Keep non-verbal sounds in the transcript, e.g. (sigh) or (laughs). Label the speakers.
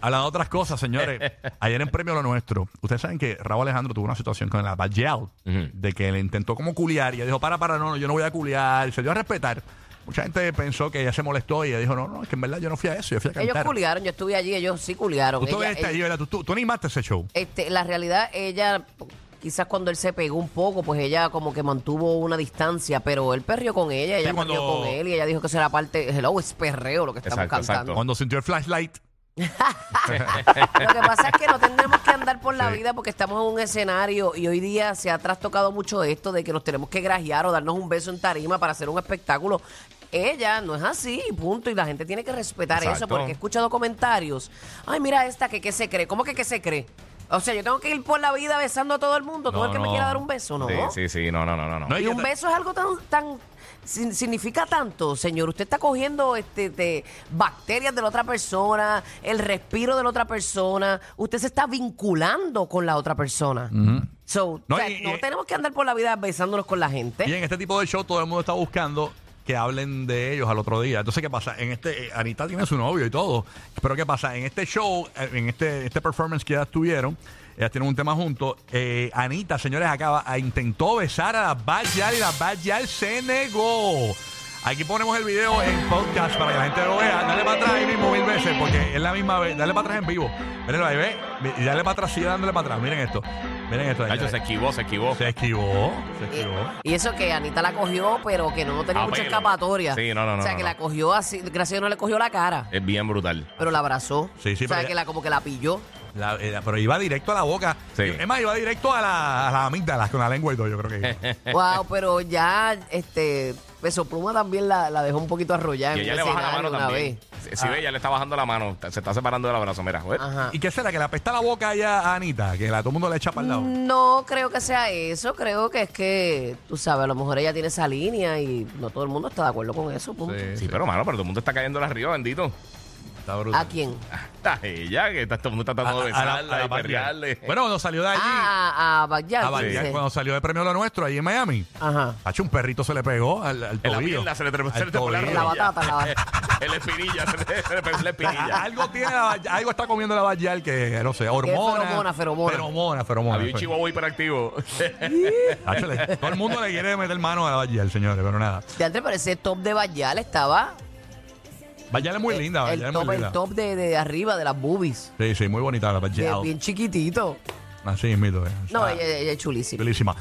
Speaker 1: Hablando de otras cosas, señores. Ayer en Premio Lo Nuestro, ustedes saben que Raúl Alejandro tuvo una situación con la Valleal, de que le intentó como culiar y ella dijo, para, para, no, no, yo no voy a culiar. Se dio a respetar. Mucha gente pensó que ella se molestó y ella dijo, no, no, es que en verdad yo no fui a eso, yo fui a
Speaker 2: Ellos
Speaker 1: cantar.
Speaker 2: culiaron, yo estuve allí, ellos sí culiaron.
Speaker 1: Tú,
Speaker 2: Ella-
Speaker 1: estuviste
Speaker 2: ella-
Speaker 1: allí, ¿verdad? Tú- tú- tú animaste ese show.
Speaker 2: este, la realidad, ella, quizás cuando él se pegó un poco, pues ella como que mantuvo una distancia, pero él perrió con ella, ella
Speaker 1: Sí, cuando-
Speaker 2: perrió con él y ella dijo que eso era parte, hello, es perreo lo que estamos
Speaker 3: Exacto,
Speaker 2: cantando.
Speaker 1: Cuando sintió el flashlight,
Speaker 2: Lo que pasa es que no tendremos que andar por la
Speaker 1: Sí.
Speaker 2: vida porque estamos en un escenario y hoy día se ha trastocado mucho esto de que nos tenemos que grajear o darnos un beso en tarima para hacer un espectáculo. Ella no es así, punto. Y la gente tiene que respetar eso
Speaker 3: Exacto.
Speaker 2: porque he escuchado comentarios. Ay, mira esta que qué se cree. ¿Cómo que qué se cree? O sea, yo tengo que ir por la vida besando a todo el mundo. Todo
Speaker 1: No,
Speaker 2: el que me
Speaker 1: no.
Speaker 2: quiera dar un beso, ¿no?
Speaker 3: Sí, sí, sí, no, no, no, no. no.
Speaker 1: No,
Speaker 2: Y un beso es algo tan, tan sin- significa tanto, señor. Usted está cogiendo este, de bacterias de la otra persona, el respiro de la otra persona. Usted se está vinculando con la otra persona. So,
Speaker 1: No,
Speaker 2: o sea,
Speaker 1: y- y-
Speaker 2: no tenemos que andar por la vida besándonos con la gente.
Speaker 1: Y en este tipo de show todo el mundo está buscando que hablen de ellos al otro día. Entonces, ¿qué pasa? En este, eh, Anita tiene su novio y todo. Pero ¿qué pasa? En este show, eh, en este, este performance que ellas tuvieron, ellas tienen un tema juntos. eh, Anita, señores, acaba, ah, intentó besar a la Bad Gyal y la Bad Gyal se negó. Aquí ponemos el video en podcast para que la gente lo vea. Dale para atrás ahí mismo mil veces, porque es la misma vez. Dale para atrás en vivo. Mírenlo ahí, ve. Y dale para atrás, sigue dándole para atrás. Miren esto. Miren esto.
Speaker 3: Nacho, se esquivó, se esquivó.
Speaker 1: Se esquivó. Se
Speaker 2: Y-
Speaker 1: esquivó.
Speaker 2: Y eso que Anita la cogió, pero que no
Speaker 1: Ah,
Speaker 2: tenía
Speaker 3: A
Speaker 2: mucha
Speaker 3: pelo.
Speaker 2: escapatoria.
Speaker 3: Sí, no, no, no,
Speaker 2: O sea,
Speaker 3: no,
Speaker 2: que
Speaker 3: no.
Speaker 2: la cogió así, gracias a Dios no le cogió la cara,
Speaker 3: Es bien brutal.
Speaker 2: pero la abrazó.
Speaker 1: Sí, sí,
Speaker 2: o sea,
Speaker 1: pero ya-
Speaker 2: que la como que la pilló.
Speaker 1: La- eh, pero iba directo a la boca.
Speaker 3: Sí.
Speaker 1: Es más, iba directo a la, a las amígdalas con la lengua y todo, yo creo
Speaker 3: (laughs)
Speaker 1: que.
Speaker 2: (laughs) Wow, pero ya, este, Peso Pluma también la, la dejó un poquito arrollada.
Speaker 3: Y
Speaker 2: en
Speaker 3: ella
Speaker 2: un
Speaker 3: le baja la
Speaker 2: escenario
Speaker 3: mano
Speaker 2: una
Speaker 3: también.
Speaker 2: vez. Ah.
Speaker 3: Si si ve, ella le está bajando la mano. Se está separando del abrazo, mira. ¿ves?
Speaker 2: Ajá.
Speaker 1: ¿Y qué será? ¿Que le apesta la boca allá a Anita? Que la, todo el mundo le echa para el
Speaker 2: Mm.
Speaker 1: lado.
Speaker 2: No creo que sea eso, creo que es que, tú sabes, a lo mejor ella tiene esa línea y no todo el mundo está de acuerdo con eso. punto.
Speaker 1: Sí,
Speaker 3: Sí, pero mano, pero todo el mundo está cayendo la arriba, bendito.
Speaker 1: está brutal.
Speaker 2: ¿A quién?
Speaker 3: Está ella, que está, todo el mundo está tratando de
Speaker 1: A- a la- a
Speaker 3: besarla
Speaker 1: la Bad
Speaker 3: y
Speaker 1: Gyal.
Speaker 3: perrearle.
Speaker 1: Bueno, cuando salió de allí,
Speaker 2: Ah, a, a Backyard,
Speaker 1: a
Speaker 2: tú
Speaker 1: Bad Gyal,
Speaker 2: dices.
Speaker 1: cuando salió de premio lo nuestro, allí en Miami,
Speaker 2: Ajá.
Speaker 1: hacho, un perrito se le pegó al, al
Speaker 3: En la
Speaker 1: tobillo.
Speaker 3: pierna se le trepó-
Speaker 1: Al
Speaker 3: se le trepó la
Speaker 1: tobillo.
Speaker 2: La batata, la
Speaker 3: (laughs)
Speaker 2: batata.
Speaker 1: (laughs)
Speaker 3: el espinilla, (laughs) se le- se le pegó la
Speaker 1: A-
Speaker 3: espinilla.
Speaker 1: Algo tiene la Bad- algo está comiendo la Bayal que no sé, hormona.
Speaker 2: feromona, feromona.
Speaker 1: Feromona, feromona.
Speaker 3: Había un chihuahua hiperactivo.
Speaker 1: Hacho, le- todo el mundo le quiere meter mano a la Bayal, señores, pero nada.
Speaker 2: Ya te parece top de Backyard estaba
Speaker 1: Bayal es muy linda, Bad Gyal
Speaker 2: el,
Speaker 1: es
Speaker 2: top,
Speaker 1: muy
Speaker 2: el
Speaker 1: linda.
Speaker 2: top de, de arriba de las boobies.
Speaker 1: Sí, sí, muy bonita la
Speaker 2: que
Speaker 1: Bayal.
Speaker 2: bien chiquitito.
Speaker 1: Así es, mito. eh.
Speaker 2: No, eh,
Speaker 1: Está
Speaker 2: ella, ella es chulísima.
Speaker 1: Chulísima.